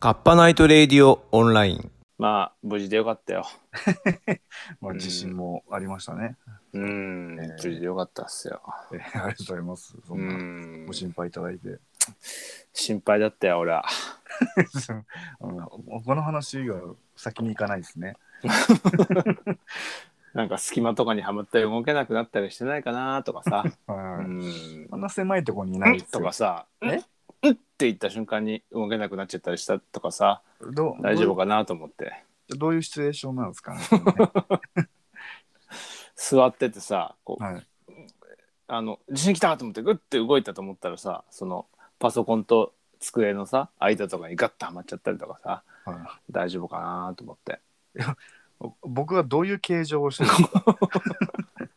カッパナイトレイディオオンライン。まあ、無事でよかったよ。まあ、自信もありましたね。うん、えー無事でよかったっすよ。えー ありがとうございます。そうんな、んご、心配いただいて。 心配だったよ、俺は。うんこの話が先に行かないですね。なんか隙間とかにはまったり動けなくなったりしてないかなとかさ、 うはい。んこ、んな狭いところにいないですとよかさ、うんえうんって言った瞬間に動けなくなっちゃったりしたとかさ、どう大丈夫かなと思って。どうどういうシチュエーションなんですかね。座っててさ、こう、 はい。あの、地震来たと思ってグッて動いたと思ったらさ、その、パソコンと机のさ、間とかにガッとはまっちゃったりとかさ、は大丈夫かなと思って。い、僕はどういう形状をしてるの か。っ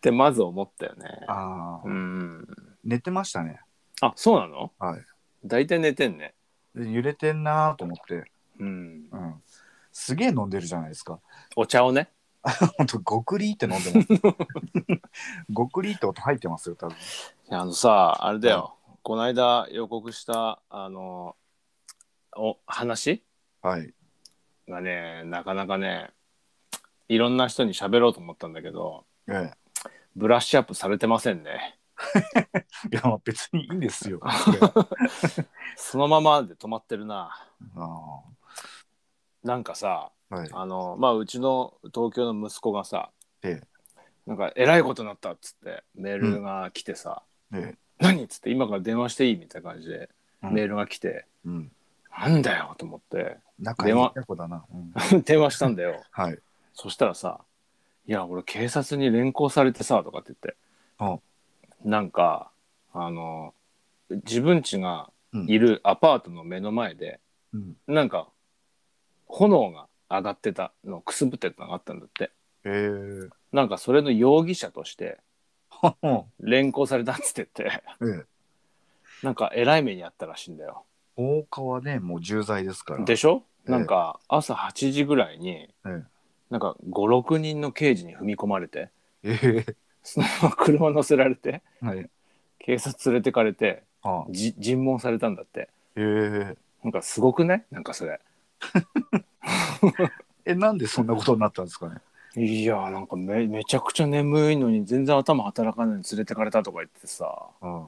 て、まず思ったよね。あうあ、ん。寝てましたね。あ、そうなのはい。大体寝てんね。で揺れてんなーと思って、うんう。ん、すげえ飲んでるじゃないですか。 お茶をね。ほんと、ごくりーって飲んで ます。ごくりーって音入ってますよ、多分。いやあのさ、あれだよ。この間予告した、あの、お、話はい。がね、なかなかね、いろんな人に喋ろうと思ったんだけど、ええ。ブラッシュアップされてませんね。いや、まあ別にいいんですよ。それあそのままで止まってるな。あなんかさ、はい。あの、まあ、うちの東京の息子がさ、えなんか、えらいことになったっつって、メールが来てさ、え。え何っつって、今から電話していいみたいな感じで、うんメールが来て、え。うん。なんだよと思って、 仲いい子だな。うん、電話したんだ よ。はい。そしたらさ、いや、俺警察に連行されてさ、とかって言って。なんか、あの、自分家がうんいるアパートの目の前で、うん。なんか、炎が上がってたの、くすぶってたのがあったんだって。ええ。なんかそれの容疑者として、はは連行されたっつってって、 ええ。なんかえらい目にあったらしいんだよ。放火はね、もう重罪ですから。でしょええなんか朝8時ぐらいに、えなんか5、6人の刑事に踏み込まれて、ええそのまま車乗せられて、え。はい。警察連れてかれて、ああじ尋問されたんだってええ。なんかすごくねなんかそれえ、なんでそんなことになったんですかね。いやーなんかめめちゃくちゃ眠いのに全然頭働かないのに連れてかれたとか言ってさあ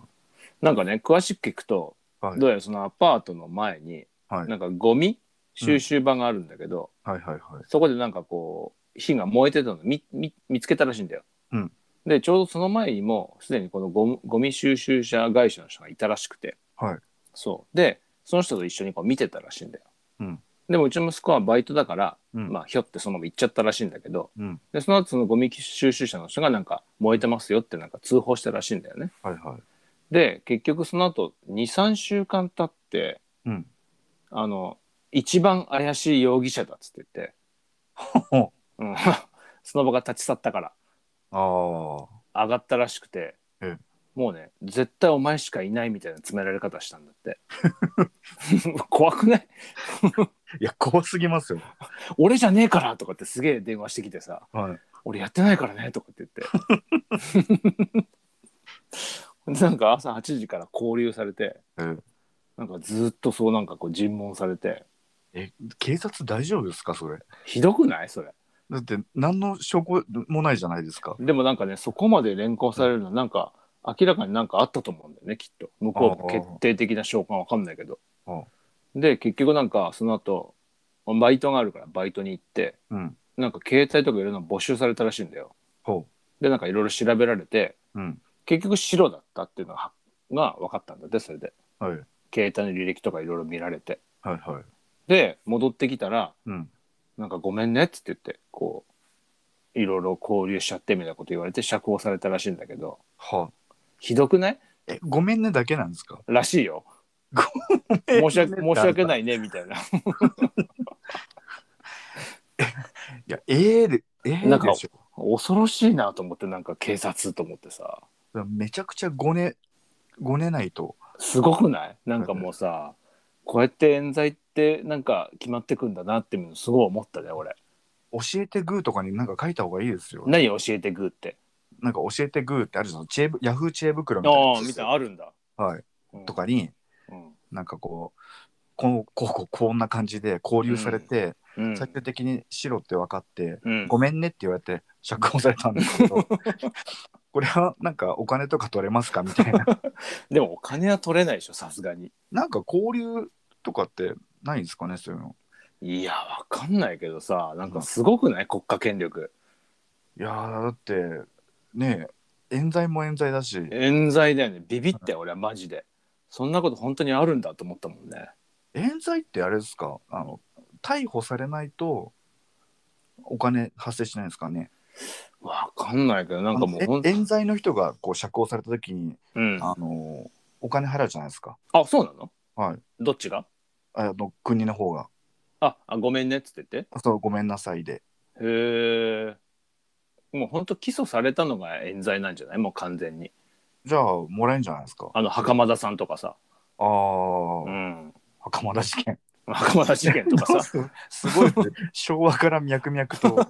なんかね詳しく聞くと、あはい。どうやらそのアパートの前にはい。なんかゴミ収集場があるんだけど、はいはいはい。そこでなんかこう火が燃えてたの見見見つけたらしいんだよ。うんでちょうどその前にもすでにこのゴムゴミ収集車会社の人がいたらしくて、はいそうでその人と一緒にこう見てたらしいんだよ。うんでもうちの息子はバイトだから、うんまあ、ひょってそのまま行っちゃったらしいんだけどうん。でその後そのゴミ収集車の人がなんか燃えてますよってなんか通報したらしいんだよね。はいはい。で結局その後23週間経ってうん。あの一番怪しい容疑者だっつって 言って。ほうん、 その場が立ち去ったからあ上がったらしくて、ええもうね絶対お前しかいないみたいな詰められ方したんだって 怖くないあ。いや、怖すぎますよ。俺じゃねえからとかってすげえ電話してきてさはい。俺やってないからねとかって 言ってなんか朝8時から交流されてえなんかずっとそうなんかこう尋問されて警察大丈夫ですか、それ。ひどくないそれだって、何の証拠もないじゃないですか。でもなんかねそこまで連行されるのはなんか明らかになんかあったと思うんだよねきっと向こうもあー決定的な証拠はわかんないけどあで結局なんかその後バイトがあるからバイトに行ってうん。なんか携帯とかいろんなの没収されたらしいんだよほでなんかいろいろ調べられてう。うん。結局白だったっていうのがが分かったんだってそれではい。携帯の履歴とかいろいろ見られてはいはい。で戻ってきたらうん。なんかごめんねっつって言ってこういろいろ交流しちゃってみたいなこと言われて釈放されたらしいんだけどはひどくないえ、ごめんねだけなんですからしいよ。 申し 訳申し訳ないねみたいな。いや、ええで、ええなんかでしょ。恐ろしいなと思ってなんか警察と思ってさめちゃくちゃごね、ごねないと。すごくないなんかもうさこうやって冤罪ってなんか決まってくんだなっていうのすごい思ったね俺。教えてグーとかになんか書いた方がいいですよ。何教えてグーって。なんか教えてグーってあるじゃん。知恵ぶヤフー知恵袋みたいなあやあつみたいなのあるんだ。はい。うんとかに、うんなんかこう、こうこうこうこんな感じで交流されて、うん最終的に白って分かって、うんごめんねって言われて釈放されたんですけ どこれはなんかお金とか取れますかみたいなでもお金は取れないでしょさすがになんか交流とかってないんですかねそういうのいやわかんないけどさなんかすごくない国家権力いやーだってねえ冤罪も冤罪だし冤罪だよねビビって俺はマジでそんなこと本当にあるんだと思ったもんね冤罪ってあれですかあの逮捕されないとお金発生しないんですかねわかんないけどなんかもうあのえほん冤罪の人がこう釈放された時に、うんあのお金払うじゃないですかあそうなのはいどっちがあの国の方がああごめんねっつって言ってそうごめんなさいでへえもう本当起訴されたのが冤罪なんじゃないもう完全にじゃあもらえんじゃないですかああの袴田さんとかさ、あー、うん、袴田 事件袴田事件と かさすごい昭和から脈々と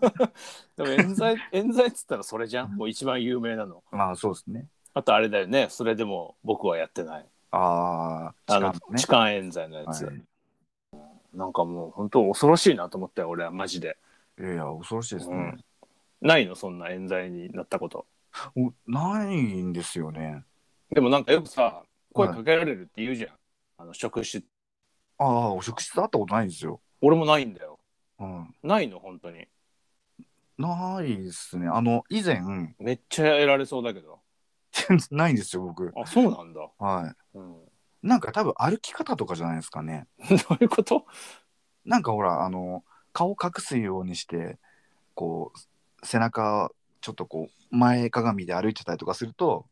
でも冤罪冤罪っつったらそれじゃんもう一番有名なのまあそうですねあとあれだよねそれでも僕はやってないあああの痴漢痴漢冤罪のやつ、はいなんかもう本当恐ろしいなと思ったよ俺はマジで、いやいや恐ろしいですね、ないのそんな冤罪になったことおないんですよねでもなんかよくさ声かけられるって言うじゃん、あの職種ああお職質あったことないんですよ俺もないんだようんないの本当にないですねあの以前 めっちゃやられそうだけどないんですよ僕あそうなんだ、はうん、 どいなんか多分歩き方とかじゃないですかねういうことなんかほらあの顔隠すようにしてこう背中ちょっとこう前かがみで歩いてたりとかすると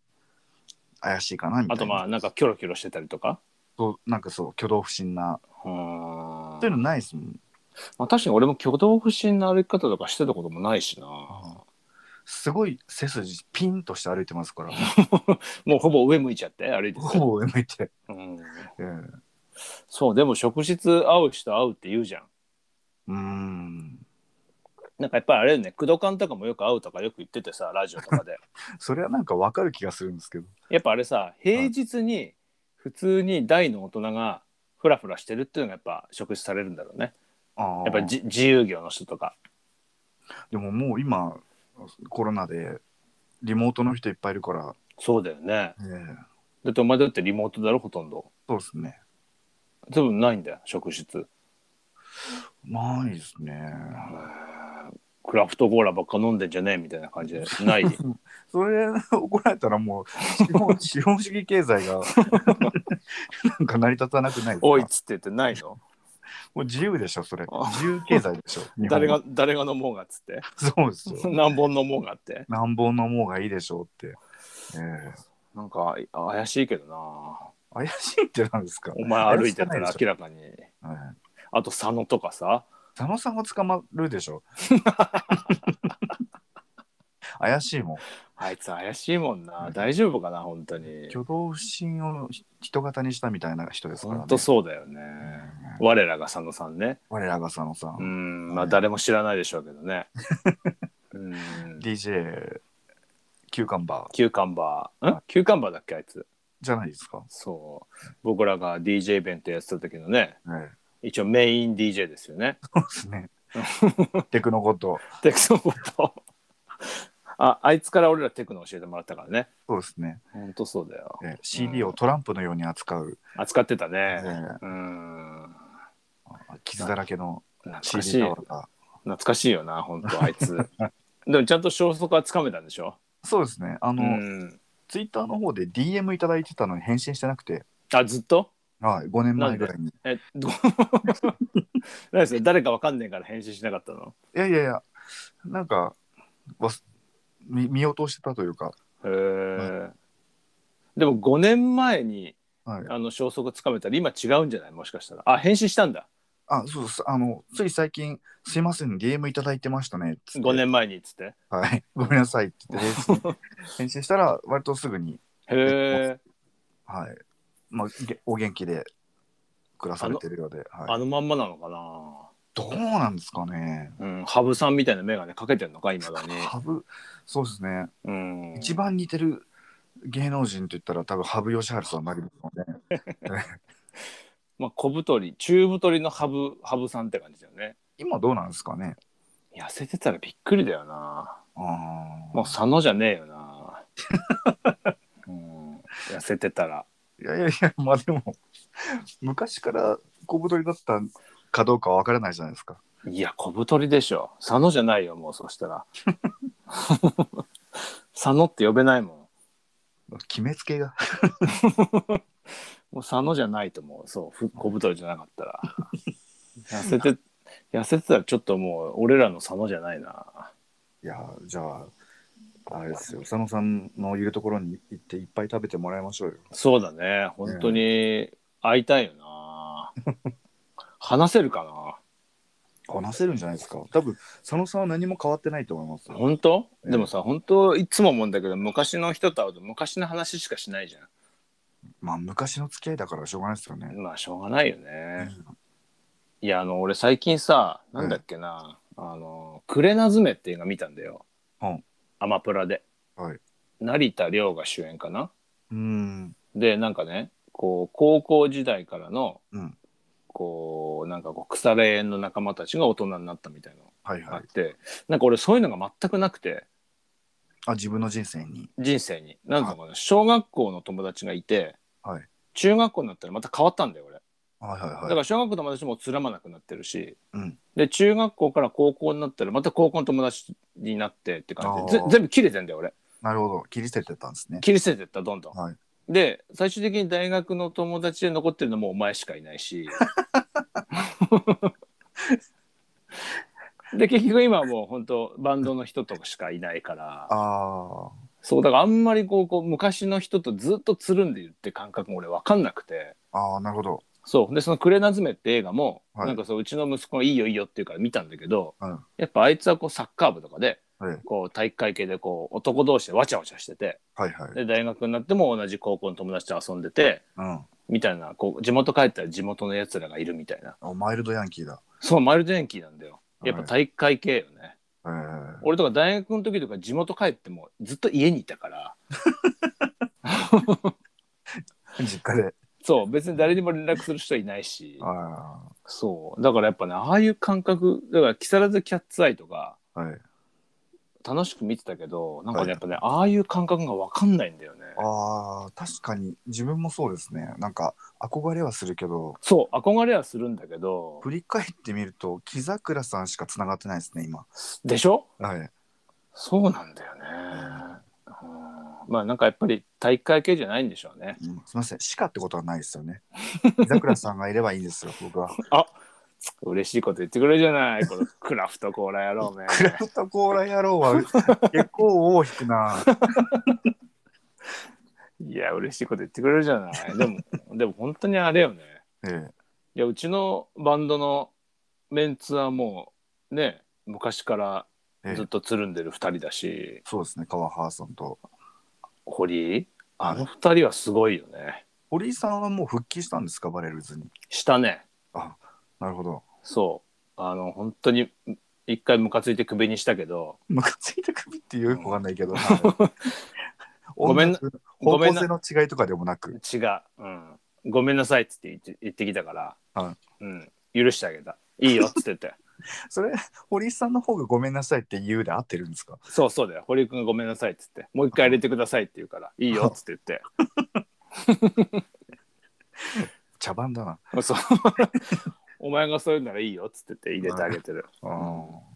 怪しいかなみたあいなとまあなんかキョロキョロしてたりとかそうなんかそう挙動不審なうーんそういうのないですもんまあ、確かに俺も挙動不審な歩き方とかしてたこともないしなすごい背筋ピンとして歩いてま すからもうほぼ上向いちゃって歩いてて、ほぼ上向いて、うん、ええそうでも職質会う人会うって言うじゃんうーんなんかやっぱりあれだよね工藤館とかもよく会うとかよく言っててさラジオとかで それはなんかわかる気がするんですけどやっぱあれさ平日に普通に大の大人がフラフラしてるっていうのがやっぱ職質されるんだろうねあーやっぱじ自由業の人とかでももう今コロナでリモートの人いっぱいいるから、そうだよねええだってお前だってリモートだろほとんどそうですね多分ないんだよ職質ないですねクラフトコーラばっか飲んでんじゃねえみたいな感じで ないそれ怒られたらもう資 本資本主義経済がなんか成り立たなくないですかおいっつって言ってないのもう自由でしょそれあ自由経済でしょ日本は誰が誰が飲もうがっつって そうですよ何本飲もうがって乱暴のもうがいいでしょうって、ええなんかあ怪しいけどな怪しいってなんですかお前歩いてたら怪しく明らかにないでしょはいあと佐野とかさ佐野さんは捕まるでし ょ怪しいもんあいつ怪しいもんな、うん大丈夫かな本当に挙動不審を人型にしたみたいな人ですから本ね当そうだよね、我らが佐野さんね我らが佐野さん、うんまあ誰も知らないでしょうけどねうん DJ キューカンバーキューカンバーんキューカンバーだっけあいつじゃないですか、そう僕らが DJ イベントやってた時のねええ一応メイン DJ ですよねそうですねテクノことテクノボとああいつから俺らテクノ教えてもらったからねそうですね、本当そうだよええ CD をトランプのように扱う、扱ってたえね、えうん傷だらけの懐かし CD いタワーが懐かしいよな本当あい つでもちゃんと消息はつかめたんでしょそうですねあうの、んツイッターの方で DM いただいてたのに返信してなくて、あずっとはい、5年前ぐらいにえど 何ですか誰かわかんねえから返信しなかったのいやいやいやなんかわす見見落としてたというか、へえ、でも5年前にはい、あの消息つかめたら今違うんじゃないもしかしたらあ返信したんだあそうですあのつい最近「すいません DM いただいてましたね」っつって5年前にっつってへはい、 ごめんなさいって言って 返信返信したら割とすぐに、えはいまあ、げお元気で暮らされてるようで、はあい、のまんまなのかなどうなんですかねうん羽生さんみたいな眼鏡かけてんのか今 だに、羽生そうですね、うん、一番似てる芸能人といったら多分羽生善治さんになりますよねまあ、小太り中太りのハブハブさんって感じだよね今どうなんですかね痩せてたらびっくりだよなあーもう佐野じゃねえよな、うん、痩せてたらいやいやい やまあでも昔から小太りだったかどうかは分からないじゃないですかいや小太りでしょ佐野じゃないよもうそしたら 佐野って呼べないもん決めつけがもう佐野じゃないと思うそうふ小太りじゃなかったら痩せて痩せてたらちょっともう俺らの佐野じゃないないやじゃああれですよ佐野さんのいるところに行っていっぱい食べてもらいましょうよそうだね本当に会いたいよな話せるかな話せるんじゃないですか多分佐野さんは何も変わってないと思いますよ本当ええでもさ本当いつも思うんだけど昔の人と会うと昔の話しかしないじゃまあ昔の付き合いだからしょうがないですよねんまあしょうがないよね、いやあの俺最近さなんだっけな、あの「クレナズメ」っていう映画見たんだよ、うんアマプラではい成田凌が主演かなうんでなんかねこう高校時代からのうんこうなんかこう腐れ縁の仲間たちが大人になったみたいなのはいがあはっいて、なんか俺そういうのが全くなくてあ自分の人生に人生になんていうのかな小学校の友達がいて、はい中学校になったらまた変わったんだよ俺、はいはいだはいから小学校の友達もつらまなくなってるしうんで中学校から高校になったらまた高校の友達になってって感じであぜー全部切れてんだよ俺なるほど切り捨ててたんですね切り捨ててったどんどん、はいで最終的に大学の友達で残ってるのもお前しかいない しで結局今はもう本当バンドの人とかしかいないからあそうだからあんまりこうこう昔の人とずっとつるんでいるって感覚も俺分かんなくてあああなるほどそうでその「クレナズメ」って映画も、はいなんかそううちの息子が「いいよいいよ」って言うから見たんだけど、うんやっぱあいつはこうサッカー部とかで、はいこう体育会系でこう男同士でわちゃわちゃしててはいはいで大学になっても同じ高校の友達と遊んでて。うんみたいなこう地元帰ったら地元のやつらがいるみたいなあマイルドヤンキーだそうマイルドヤンキーなんだよやっぱはい体育会系よね、え ー俺とか大学の時とか地元帰ってもずっと家にいたから実 家でそう別に誰にも連絡する人いないしあそうだからやっぱねああいう感覚だから木更津キャッツアイとかあはい楽しく見てたけどなんかはいねやっぱねああいう感覚が分かんないんだよねあー確かに自分もそうですねなんか憧れはするけどそう憧れはするんだけど振り返ってみると木桜さんしかつながってないですね今でしょはいそうなんだよね、うんまあなんかやっぱり体育会系じゃないんでしょうねうんすみません、しかってことはないですよね。井桜さんがいればいいん ですよ、僕は。嬉しいこと言ってくれるじゃない このクラフトコーラやろうねクラフトコーラ野郎 は結構大引くな。いや嬉しいこと言ってくれるじゃないでもでも本当にあれよねええ、いやうちのバンドのメンツはもうね昔からえずっえ、とつるんでる2人だし、そうですね、川原さんと。堀井あの2人はすごいよね堀井さんはもう復帰したんですか、バレルズに。したねなるほど。そうあの本当に一回ムカついてクビにしたけどムカついた首ってよくわかんないけど。 ごめんな音楽ご方めん向な性の違いとかでもなく。違う、うん、ごめんなさいっつって言って言ってきたから、はうん、許してあげたいいよっつって てそれ、堀井さんの方がごめんなさいって言うで合ってるんですかそうそうだよ堀井君がごめんなさいっつってもう一回入れてくださいって言うからいいよっつって言茶番だな。ってそう お前がそういうならいいよっつってて入れてあげてるも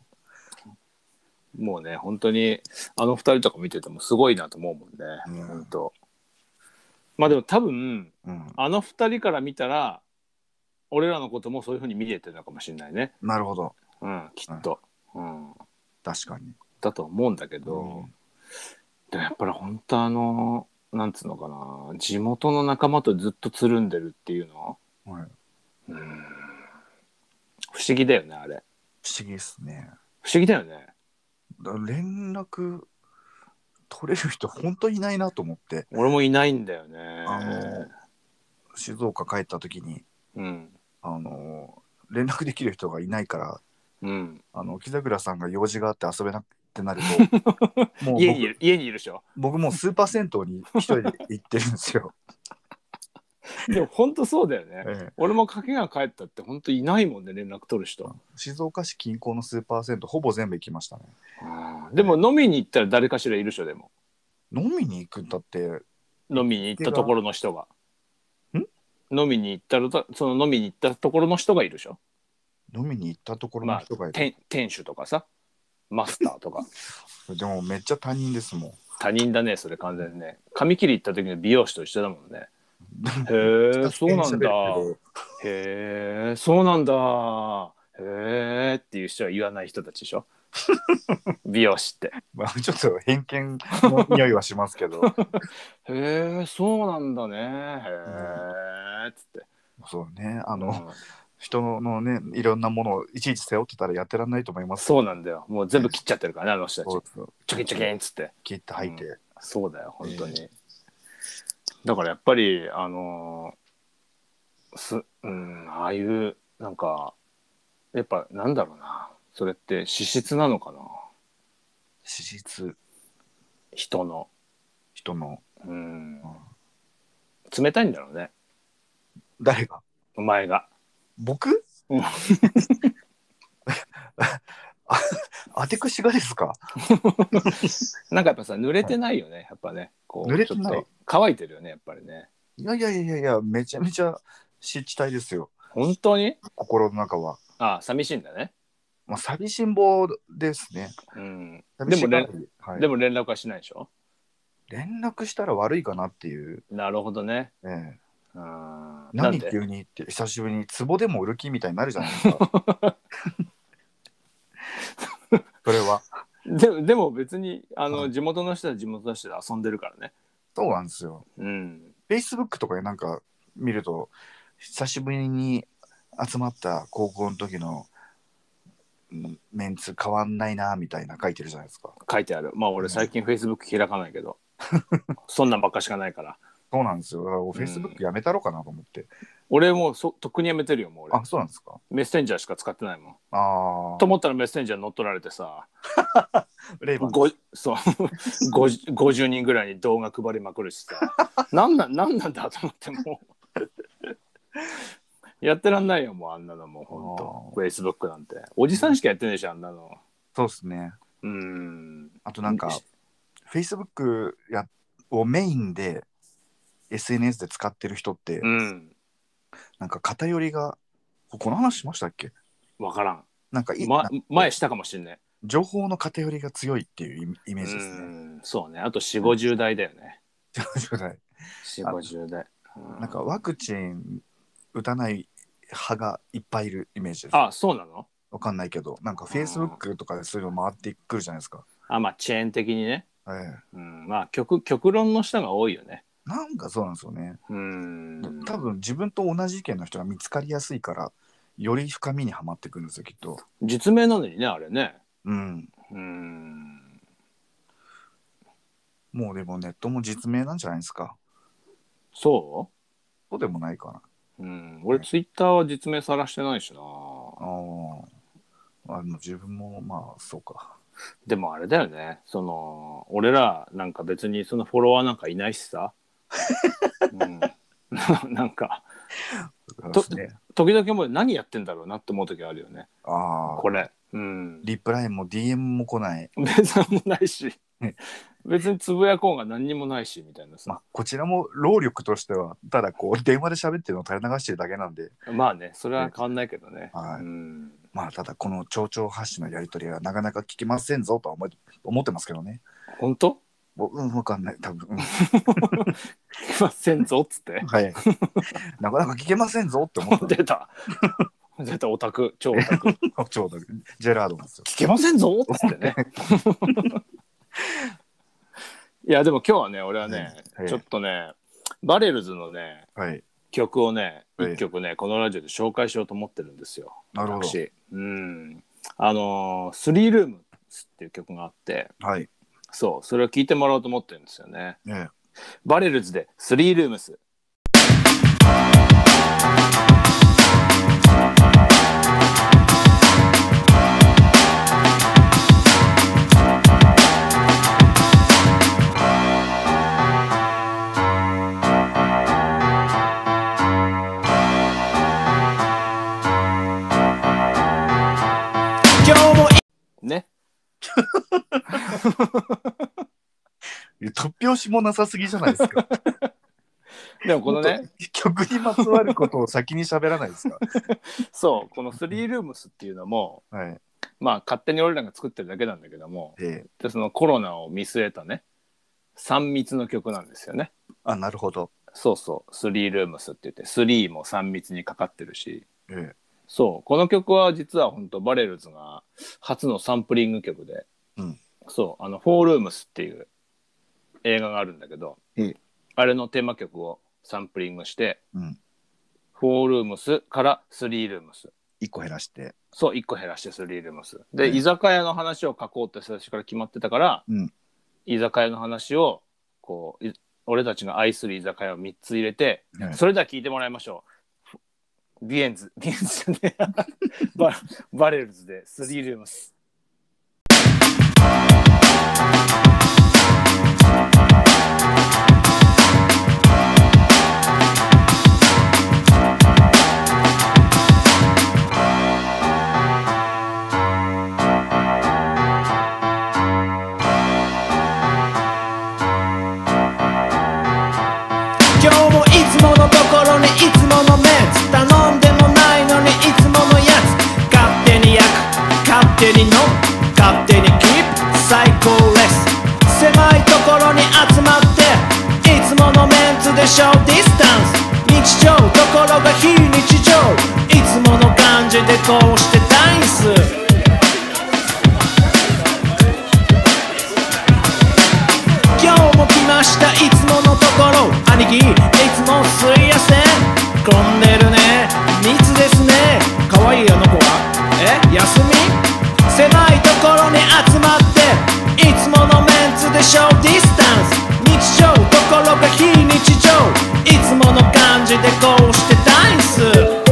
うね本当にあの二人とか見ててもすごいなと思うもんね、うん本当まあでも多分うん。あの二人から見たら俺らのこともそういうふうに見れてるのかもしれないね、なるほど。うん、きっと、うん、確かに。だと思うんだけど、うんでもやっぱり本当あのなんつうのかな地元の仲間とずっとつるんでるっていうの、はいうん、不思議だよねあれ不思議ですね。不思議だよねだ連絡取れる人本当にいないなと思って俺もいないんだよねあの静岡帰った時にうんあの連絡できる人がいないからうん、あの木桜さんが用事があって遊べなってなると もう家にい僕る家にいるでしょ 僕もうスーパー銭湯に一人で行ってるんですよでも本当そうだよね。ええ 俺も賭けが帰ったって本当いないもんね、連絡取る人。静岡市近郊のスーパー銭湯ほぼ全部行きましたねでも飲みに行ったら誰かしらいるでしょ、でも。飲みに行くんだって飲みに行ったところの人が。ん飲みに行ったらた、その飲みに行ったところの人がいるでしょ。飲みに行ったところまのあ人がい、る、店店主とかさ、マスターとか。でもめっちゃ他人ですもん他人だね、それ完全にね。髪切り行った時の美容師と一緒だもんね。 へえ、そうなんだ。へえ、そうなんだ。へえっていう人は言わない人たちでし ょ。美容師って。まあちょっと偏見の匂いはしますけど へえ、そうなんだね。へえ、つって。そうねあの、うん人のねいろんなものをいちいち背負ってたらやってらんないと思いますそうなんだよ。もう全部切っちゃってるからね、あの人たちそう。そうチョキンチョキンっつって。切って吐いて、そうだよ、本当に。だからやっぱり、あのーす、うん、ああいう、なんか、やっぱなんだろうな。それって資質なのかな。史実人の。人のうん。冷たいんだろうね。誰がお前が。僕 うんあ当てくしがですかなんかやっぱさ、濡れてないよね。やっぱね。こう、濡れちてょっないと乾いてるよね、やっぱりね。いやいやいやいやめちゃめちゃ湿地帯ですよ本当に心の中は、ああ、寂しいんだね。まあ、寂しん坊ですねうん。寂しがりではい、でも連絡はしないでしょ。連絡したら悪いかなっていう、なるほどね。ええうん。なん何で急にって久しぶりに壺でも売る気みたいになるじゃないですか それはでもでも別にあの、は地元の人は地元の人で遊んでるからね。そうなんですようん。 Facebook とかでなんか見ると久しぶりに集まった高校の時のうんメンツ変わんないなみたいな書いてるじゃないですか書いてある。まあ俺最近 Facebook 開かないけど。 そんなんばっかしかないから。そうなんですよだからもう Facebook やめたろうかなと思って、俺もうそとっくにやめてるよ、もう俺あ。そうなんですかメッセンジャーしか使ってないもん。あと思ったらメッセンジャー乗っ取られてさ、あレイバンごそう 50 50人ぐらいに動画配りまくるしさ、なんなんなんなんだと思ってもう。 やってらんないよ、もうあんなのもうほんと。Facebook なんて。おじさんしかやってないでしょ、あんなの。そうですねうん。あとなんかうん Facebook やをメインで SNS で使ってる人って、うん。なんか偏りがここの話しましたっけわからん、なんかい、まな、前したかもしんない情報の偏りが強いっていうイメイメうージですね。んそうねあと4 5 0代だよねごめんなさい4 5 0代うなんかワクチン打たない派がいっぱいいるイメージです。あそうなのわかんないけど、なんか Facebook とかでそういうの回ってくるじゃないですか。あまあチェーン的にね、ええうん、まあ極極論の人が多いよねなんかそうなんですよね。うん多分自分と同じ意見の人が見つかりやすいから、より深みにはまってくるんですよ、きっと。実名なのにねあれねうん。うんもうでもネットも実名なんじゃないですか。そそうでもないかな。う、うん、俺ツイッターは実名さらしてないしなああ。あの自分もまあそうか。でもあれだよねその俺らなんか別にそのフォロワーなんかいないし さ、うん、 なんかとそうですね、時々もう何やってんだろうなって思う時あるよねああ。これうんリプライも DM も来ない。別にもないしね別につぶやこうが何にもないしみたいなまさあ、こちらも労力としては、ただこう、 電話で喋ってるのを垂れ流してるだけなんで、まあねそれは変わんないけどね、はいうん、まあ、ただこの町長発信のやり取りはなかなか聞きませんぞとは思い思ってますけどね。本当僕、うん、わかんない、多分。 聞きませんぞっつってはい。なかなか聞けませんぞって思って出た出たオタク超オタク聞たちょうどジェラードなんですよ。けませんぞっつってね いやでも今日はね俺はね、はいちょっとねバレルズのねはい。曲をねはい一曲ね、このラジオで紹介しようと思ってるんですよなるほど。私うんあのー「スリールーム」っていう曲があってはい。そうそれを聴いてもらおうと思ってるんですよねねバレルズで「スリールームス」 「いや突拍子もなさすぎじゃないですか。でもこのね、曲にまつわることを先に喋らないですか。そう、このスリールームスっていうのも、はい。まあ勝手に俺らが作ってるだけなんだけども、ええでそのコロナを見据えたね、3密の曲なんですよね。あ、なるほど。そうそう、スリールームスって言って、スリーも3密にかかってるし、ええそう、この曲は実は本当バレルズが初のサンプリング曲で、うんそう、あの、フォールームスっていう映画があるんだけど、ええあれのテーマ曲をサンプリングして、うん。フォールームスからスリールームス。一個減らして。そう、1個減らしてスリールームス。で、うん居酒屋の話を書こうって最初から決まってたから、うん居酒屋の話を、こう、い俺たちが愛する居酒屋を3つ入れて、はいそれでは聞いてもらいましょう。ビエンズ、 ビエンズじゃねえババレルズでスリールームス。今日もいつものところにいつものメンツ頼んでもないのにいつものやつ勝手に焼く勝手に飲む勝手にキープ最高です狭いところに集まっていつものメンツでショーディスタンス日常ところが非日常いつもの感じでこうしてダンス今日も来ましたいつものところ兄貴いつもすいやせん混んでるね密ですね可愛いあの子はえ休み狭いところに集まっていつものメンツでショーディスタンス日常ところが非日常いつもの感じでこうしてダンス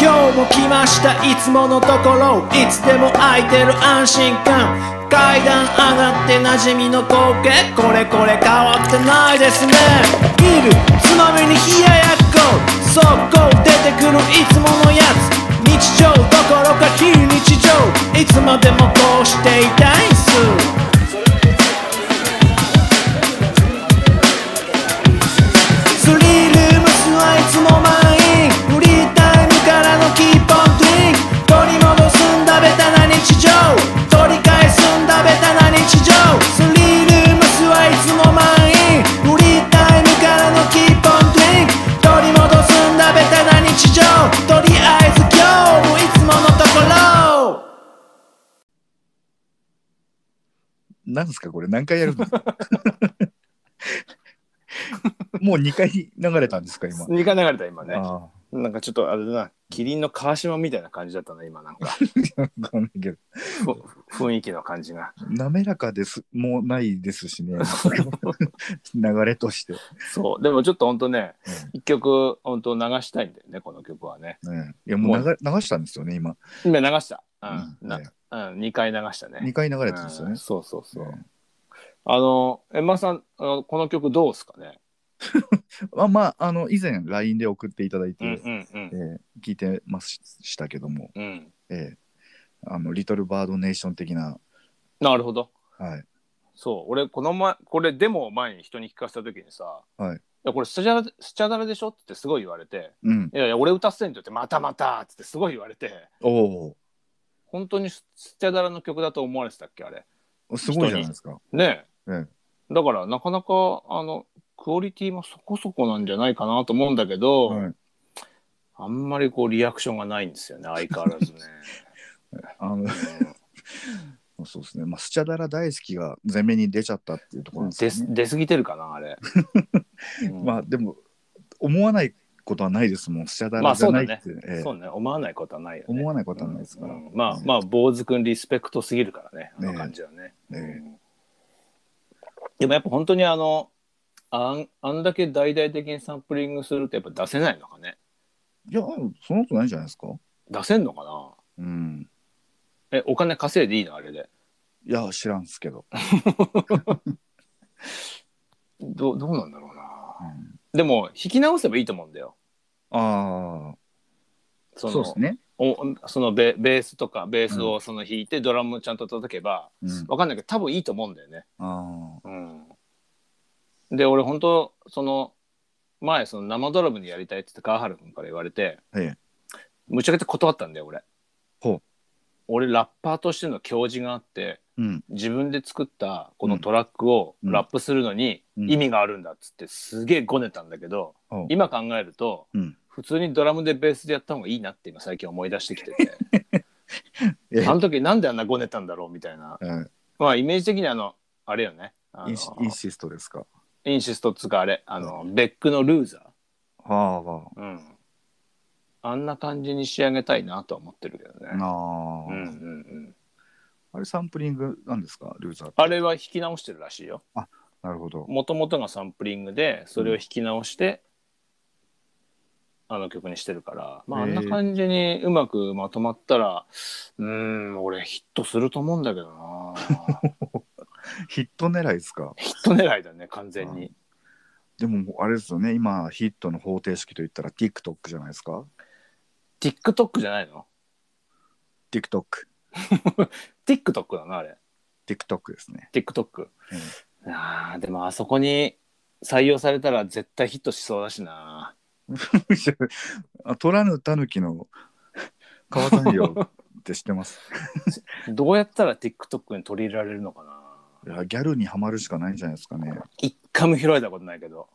今日も来ましたいつものところいつでも空いてる安心感階段上がって馴染みの光景これこれ変わってないですねビールつまみに冷ややっこ速攻出てくるいつものやつ日常どころか非日常いつまでもこうしていたいんすスリールームスはいつも満員フリータイムからのキーポンドリンク取り戻すんだベタな日常取り返すんだベタな日常スリールームスはいつも満員フリータイムからのキーポンドリンク取り戻すんだベタな日常とりあえず今日もいつものところなんですかこれ何回やるの もう2回流れたんですか今。 2回流れた今ね。あなんかちょっとあれだな、キリンの川島みたいな感じだったな、今なん か。あ、わかんないけど。ふ雰囲気の感じが。滑らかです、もうないですしね。 流れとして。そう、でもちょっと本当ね、一曲本当流したいんだよね、この曲はね。うん、いや、もう流流したんですよね、今。今流した。う、うんなねうん、2回流したね。二回流れたんですようんね。そうそうそう。うんあの、エマさん、あのこの曲どうですかね。まあ、まあ、あの、以前 LINE で送っていただいて、うんうえー聞いてましたけども、んうん。えーあの、リトルバードネーション的な、なるほど。はい。そう、俺、この前、これデモを前に人に聞かせた時にさ、はいやこれスチャダラ、スチャダラでしょってすごい言われて、うん。いやいや、俺歌っせんって言って、またまたっつってすごい言われて、お本当にススチャダラの曲だと思われてたっけ、あれ。お、すごいじゃないですか。ねえ。えだから、なかなか、あの、クオリティもそこそこなんじゃないかなと思うんだけど、はい。あんまりこうリアクションがないんですよ ね、相変わらずね。あの、うんそうですね。まあ、スチャダラ大好きが前面に出ちゃったっていうところなんです出けすど、ね。出過ぎてるかなあ れ、うんまあ、でも、思わないことはないですもん。スチャダまラあじゃそうなだいっねて。ええそうね思わないことはないよね思わないことはないですから。うんまあまあ坊主くんリスペクトすぎるからねあの感じはねええうんでもやっぱ本当にあのあんあんだけ大々的にサンプリングするとやっぱ出せないのかねいや、そんなことないんじゃないですか。出せんのかなうん。え、お金稼いでいいのあれで。いや、知らんすけど。どうどうなんだろうな。うんでも、引き直せばいいと思うんだよ。ああ、そのそうですね。おそのベベースとかベースをその弾いてドラムちゃんと叩けば、うんわかんないけど多分いいと思うんだよね。あうん、で俺本当その前その生ドラムでやりたいって言って川原君から言われてあ、ええ。むちゃくちゃ断ったんだよ俺。ほう俺ラッパーとしての教示があってうん。自分で作ったこのトラックをうんラップするのにうん意味があるんだっつってすげえごねたんだけど、おう今考えるとうん。普通にドラムでベースでやった方がいいなって今最近思い出してきてて。ええあの時なんであんなごねたんだろうみたいな。うんまあイメージ的にあの、あれよね。あのインシインシストですか。インシストっつうかあれ、あの、ベックのルーザはあはー。うん。あんな感じに仕上げたいなとは思ってるけどねあ。。あうんうんうあ。ん。あれサンプリングなんですか、ルーザーって。あれは弾き直してるらしいよ。なるほど。もともとがサンプリングで、それを弾き直して、あの曲にしてるから、まあ、あんへえな感じにうまくまとまったら、うーん、俺ヒットすると思うんだけど なヒット狙いですか。ヒット狙いだね、完全に。でももうあれですよね、今ヒットの方程式といったら TikTok じゃないですか。 TikTok じゃないの TikTok。 TikTok なのあれ TikTok ですね。 TikTok、あーでもあそこに採用されたら絶対ヒットしそうだしなあ取らぬたぬきの川谷洋って知ってます。どうやったら TikTok に取り入れられるのかないやギャルにはまるしかないんじゃないですかね。一回も開いたことないけ ど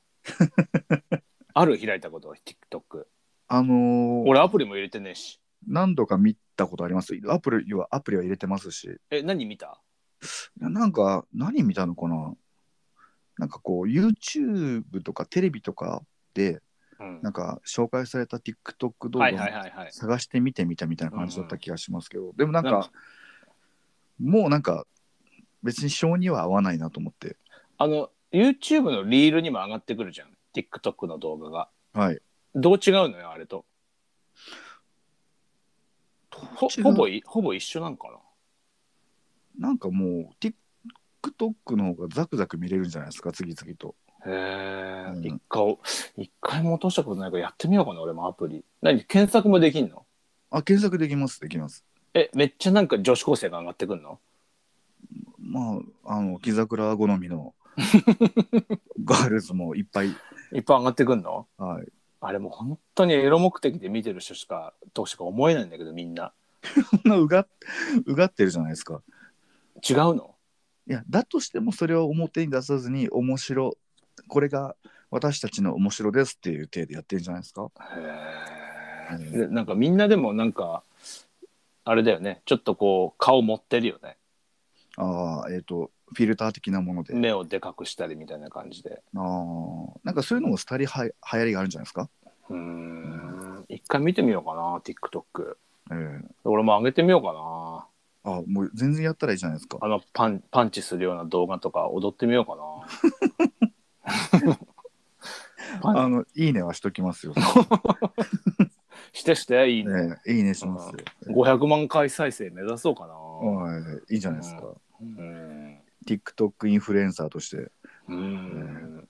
ある開いたこと TikTok あのー俺アプリも入れてねえし何度か見たことあります。アプリはアプリは入れてますし、え何見たななんか何見たのかな。なんかこう YouTube とかテレビとかでうんなんか紹介された TikTok 動は画いはいはいはい探して見てみたみたいな感じだった気がしますけど、でもなんかなんかもうなんか別に性には合わないなと思って。あの YouTube のリールにも上がってくるじゃん TikTok の動画がはい。どう違うのよあれとほ違うほぼいほぼ一緒なんかななんかもう TikTok の方がザクザク見れるんじゃないですか次々と。へうえ、ん一回、一回も落としたことないからやってみようかな、俺もアプリ。何検索もできんのあ検索できますできます。え、めっちゃなんか女子高生が上がってくんのまああの木桜好み のガールズもいっぱい。いっぱい上がってくんのはい。あれもう本当にエロ目的で見てる人しか、としか思えないんだけど、みんな。そんなうがうがってるじゃないですか。違うのいやだとしてもそれを表に出さずに面白これが私たちの面白ですっていう体でやってるんじゃないですか。へえ。うんでなんかみんなでもなんか、あれだよね。ちょっとこう、顔持ってるよね。ああえっ、とフィルター的なもので。目をでかくしたりみたいな感じで。ああなんかそういうのもスタイリは流行りがあるんじゃないですか。うーん。一回見てみようかな、TikTok。ええ俺も上げてみようかな。あもう全然やったらいいじゃないですか。あのパンパンチするような動画とか踊ってみよ うかな。あの、いいねはしときますよ。してしていいね。ね、いいねしますよ。 500万回再生目指そうかな。はい、いいじゃないですか。うん。 TikTok インフルエンサーとして。うん。